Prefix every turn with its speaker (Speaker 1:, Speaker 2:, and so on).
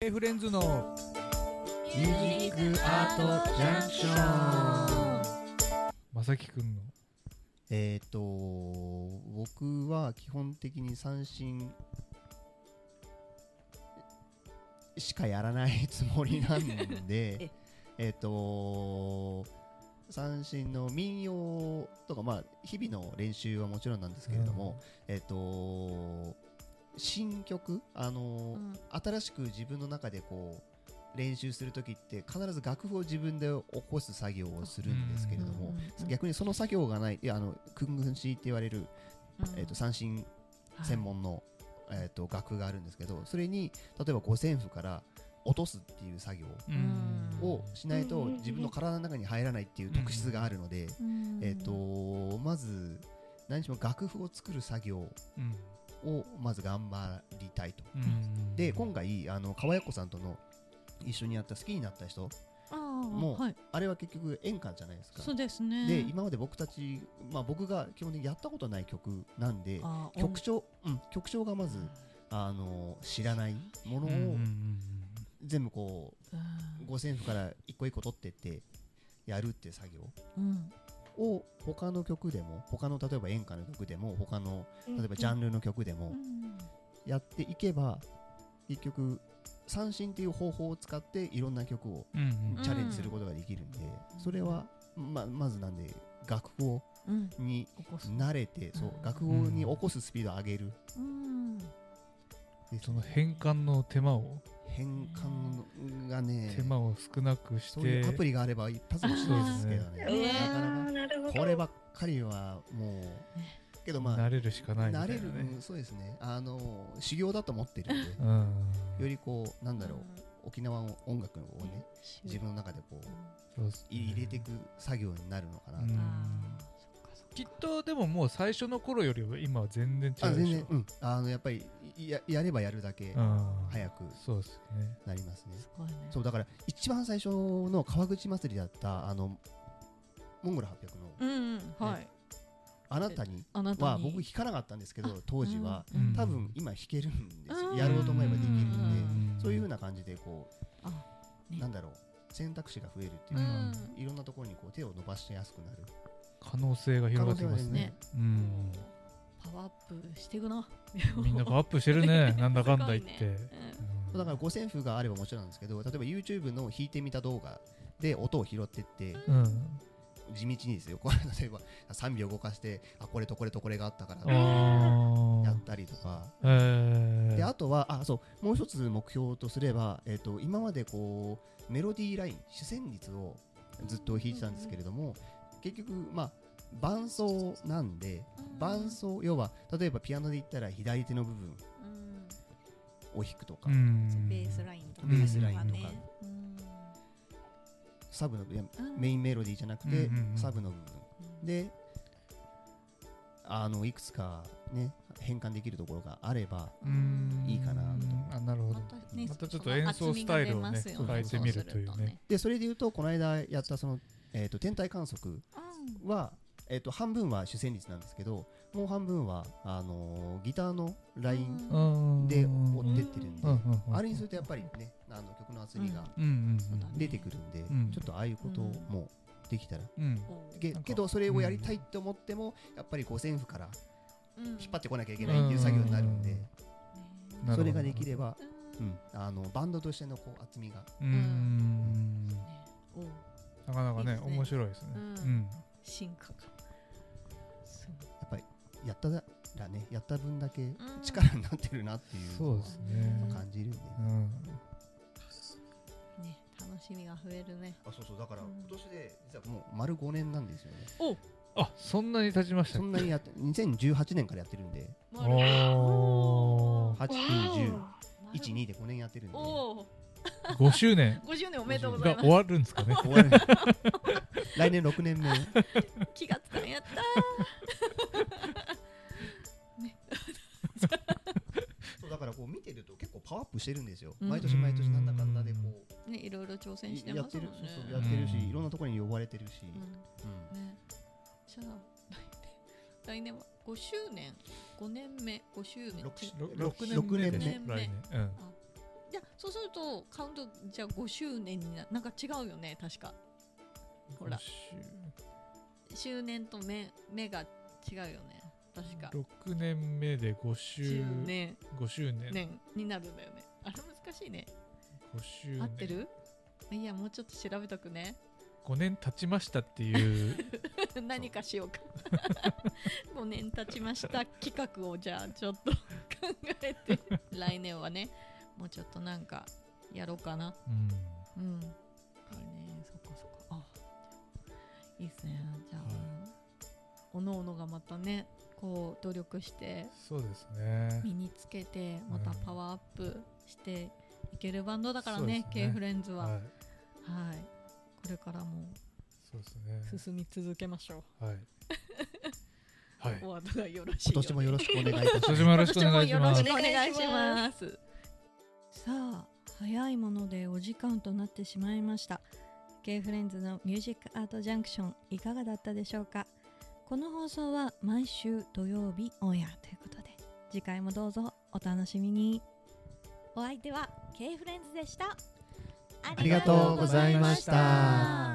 Speaker 1: Hey フレンズの
Speaker 2: ミュージックアートジャンクショ
Speaker 1: まさきくんの
Speaker 3: えーっと僕は基本的に三振しかやらないつもりなんで えーっと三振の民謡とか、まあ、日々の練習はもちろんなんですけれども、えーっと新曲あ
Speaker 2: う
Speaker 3: の、
Speaker 2: ん
Speaker 3: 新しく自分の中でこう練習する時って必ず楽譜を自分で起こす作業をするんですけれども、逆にその作業がない、いやあの訓師って言われる、えー、と三振専門の、えー、と楽譜があるんですけど、それに例えば五線譜から落とすっていう作業
Speaker 2: ん
Speaker 3: をしないと
Speaker 2: うん
Speaker 3: 自分の体の中に入らないっていう特質があるので、えー、とまず何しろ楽譜を作る作業
Speaker 1: うん
Speaker 3: をまず頑張りたいと。
Speaker 1: うん
Speaker 3: で今回あの川谷子さんとの一緒にやった好きになった人
Speaker 2: も
Speaker 3: も
Speaker 2: はい、
Speaker 3: あれは結局演歌じゃないですか
Speaker 2: そうですね
Speaker 3: で今まで僕たち、まあ、僕が基本的にやったことない曲なんで
Speaker 2: あー
Speaker 3: 曲調、うん、曲調がまず、あの知らないもの
Speaker 1: うんうんう
Speaker 3: を
Speaker 1: ん
Speaker 3: 全部こ
Speaker 2: うん
Speaker 3: う五線譜から一個一個取ってってやるって作業
Speaker 2: うん
Speaker 3: を他の曲でも他の例えば演歌の曲でも他の例えばジャンルの曲でも
Speaker 2: うん
Speaker 3: やっていけば結局三振っていう方法を使っていろんな曲を
Speaker 1: うんうん
Speaker 3: チャレンジすることができるんで、それはままずなんで楽譜を
Speaker 2: うん
Speaker 3: に
Speaker 2: 起こす
Speaker 3: 慣れてそう
Speaker 2: うん
Speaker 3: 学校に起こすスピードを上げる、
Speaker 2: うん
Speaker 3: で
Speaker 1: その変換の手間を
Speaker 3: 変換がね
Speaker 1: 手間を少なくして
Speaker 3: そういうアプリがあれば一発で欲しいですけどね
Speaker 2: そうですね
Speaker 3: なかなか
Speaker 4: なるほど。
Speaker 3: こればっかりはもうけどま
Speaker 1: 慣
Speaker 3: あ
Speaker 1: れるしかないみた
Speaker 3: 慣
Speaker 1: いな
Speaker 3: れ
Speaker 1: ね
Speaker 3: る、うんそうですねあの修行だと思ってるんで
Speaker 1: う、ん
Speaker 3: よりこうなんだろう沖縄の音楽をね自分の中でこう
Speaker 1: そうっすね
Speaker 3: 入れていく作業になるのかなと、
Speaker 1: うん
Speaker 2: あーそっかそっか
Speaker 1: きっとでももう最初の頃よりは今は全然違
Speaker 3: あ
Speaker 1: うで
Speaker 3: 全
Speaker 1: し
Speaker 3: 然、うん、あのやっぱりややればやるだけ
Speaker 1: ょうん
Speaker 3: 早く
Speaker 1: そうですね
Speaker 3: なりますね、
Speaker 2: すごいね
Speaker 3: そうだから一番最初の川口祭りだったあのモンゴル800の
Speaker 2: うんうんはい
Speaker 3: 「あなたに
Speaker 2: あな」た
Speaker 3: は
Speaker 2: に
Speaker 3: 僕弾かなかったんですけど当時は、
Speaker 2: うん
Speaker 1: うん
Speaker 3: 多分今弾けるんです
Speaker 2: う
Speaker 3: よ
Speaker 2: ん
Speaker 3: やろうと思えばできるんで
Speaker 1: ん
Speaker 3: そういうふうな感じでこ
Speaker 2: あ
Speaker 3: う
Speaker 2: ね
Speaker 3: なんだろう選択肢が増えるっていう
Speaker 2: うん
Speaker 3: かいろんなところにこう手を伸ばしやすくなる
Speaker 1: 可能性が広がってきますね
Speaker 2: ね
Speaker 1: うん
Speaker 2: パワーアップしていくな
Speaker 1: みん なパワーアップしてる ねなんだかんだ言っ
Speaker 2: す
Speaker 1: て
Speaker 2: ごいね
Speaker 1: うん
Speaker 3: だから五線譜があればもちろんなんですけど例えば YouTube の弾いてみた動画で音を拾ってって
Speaker 1: うん
Speaker 3: 地道にですよこう例えば3秒動かしてあこれとこれとこれがあったから
Speaker 1: あー
Speaker 3: やったりとか
Speaker 1: えー
Speaker 3: であとはあそうもう一つ目標とすれば、えっと今までこうメロディーライン主旋律をずっと弾いてたんですけれども、結局まあ伴奏なんで
Speaker 2: うん
Speaker 3: 伴奏要は例えばピアノで言ったら左手の部分
Speaker 2: うん
Speaker 3: を弾くとか、
Speaker 1: うん
Speaker 4: ベースラインとか、
Speaker 1: ベース
Speaker 3: ラインとか
Speaker 4: ね
Speaker 2: うん
Speaker 3: サブのいや
Speaker 2: うん
Speaker 3: メインメロディーじゃなくて、
Speaker 1: うんうんうん
Speaker 3: サブの部分であのいくつかね変換できるところがあれば
Speaker 1: うん
Speaker 3: いいかなと
Speaker 1: あなるほど
Speaker 2: またね
Speaker 1: またちょっと演奏スタイルをね
Speaker 2: その厚みが
Speaker 1: 変えてみる
Speaker 2: 出ますよ
Speaker 1: というね
Speaker 3: でそれで言うとこの間やったその、えっと天体観測は、えっと半分は主旋律なんですけどもう半分はあのーギターのライン
Speaker 1: うん
Speaker 3: で追ってってるんで、
Speaker 1: うんうんうん
Speaker 3: あれにするとやっぱりねあの曲の厚みが
Speaker 1: うんうん
Speaker 2: そうだね
Speaker 3: 出てくるんで、
Speaker 1: うん
Speaker 3: ちょっとああいうこともできたら、
Speaker 1: うんうん
Speaker 3: け
Speaker 1: なんか
Speaker 3: けどそれをやりたいって思ってもやっぱり五線譜から引っ張ってこなきゃいけないっていう作業になるんで、
Speaker 1: なるほど
Speaker 3: それができれば、
Speaker 2: て
Speaker 3: うん、あのバンドとしてのこう厚みが
Speaker 1: うんうんなかなか
Speaker 2: いいで
Speaker 1: ね
Speaker 2: すね
Speaker 1: 面白いですね
Speaker 2: うん
Speaker 1: うん
Speaker 2: 進化かす
Speaker 3: やっぱりやったらねやった分だけ
Speaker 2: ごい
Speaker 3: 力になってるなっていう
Speaker 1: そうですね
Speaker 3: のを感じるんで、
Speaker 1: うん
Speaker 2: ね楽しみが増えるね
Speaker 3: あそうそうだから
Speaker 2: うん
Speaker 3: 今年で実はもう丸5年なんで すよね
Speaker 1: あそんなに経ちました
Speaker 3: そんなにやって2018年からやってるんで
Speaker 1: お
Speaker 3: 8 9 1 0 1 2で5年やってるんで
Speaker 2: おお
Speaker 1: 5周年
Speaker 2: 五十年おめでとうござい
Speaker 1: が
Speaker 2: ま
Speaker 1: 終
Speaker 2: す
Speaker 1: わるんですか ね
Speaker 3: 終 わる来年6年目
Speaker 2: 気がつかんやった
Speaker 3: そうだからこう見てると結構パワーアップしてるんですよ
Speaker 2: うん
Speaker 3: 毎年毎年なんだかんだでこう
Speaker 2: ねいろいろ挑戦して
Speaker 3: や
Speaker 2: ま
Speaker 3: っ
Speaker 2: す
Speaker 3: て
Speaker 2: もん
Speaker 3: る
Speaker 2: ね
Speaker 3: そうそうやってる
Speaker 1: う
Speaker 3: し
Speaker 1: ん
Speaker 3: いろんなところに呼ばれてるし
Speaker 2: うん
Speaker 3: うん
Speaker 2: ね、じゃあ来年来年は5周年5年目5周年
Speaker 3: 六
Speaker 2: ち
Speaker 1: ろ
Speaker 3: 六年目
Speaker 1: 来年うん
Speaker 2: あじゃあそうするとカウントじゃあ5周年にななんか違うよね確かほら周年と目目が違うよね確か
Speaker 1: 6年目で5周
Speaker 2: 10年
Speaker 1: 5周年
Speaker 2: 年になるんだよねあれ難しいね
Speaker 1: 5周年
Speaker 2: 合ってるいやもうちょっと調べとくね
Speaker 1: 5年経ちましたっていう
Speaker 2: 何かしようか5年経ちました企画をじゃあちょっと考えて来年はねもうちょっとなんかやろうかな
Speaker 1: うん
Speaker 2: うん。いいね、そっかそっか。あ、いいっすね。じゃあ、
Speaker 1: はい
Speaker 2: おのおのがまたね、こう努力して
Speaker 1: そうですね
Speaker 2: 身につけて、また
Speaker 1: うん
Speaker 2: パワーアップしていけるバンドだから
Speaker 1: そうです
Speaker 2: ね
Speaker 1: ね、
Speaker 2: K フレンズは、はい。
Speaker 1: い
Speaker 2: これからも
Speaker 1: そうですね
Speaker 2: 進み続けましょ
Speaker 1: はいは
Speaker 2: う。
Speaker 1: い
Speaker 2: お後がよろしいよ
Speaker 3: 今
Speaker 2: う
Speaker 3: 年
Speaker 2: で。
Speaker 3: もよろしくお願いい
Speaker 1: 今
Speaker 3: たします
Speaker 1: 年もよろしくお願いします
Speaker 2: 今年もよろしくお願いします。
Speaker 4: さあ早いものでお時間となってしまいました K フレンズのミュージックアートジャンクションいかがだったでしょうかこの放送は毎週土曜日オンエアということで次回もどうぞお楽しみにお相手は K フレンズでした
Speaker 3: ありがとうございました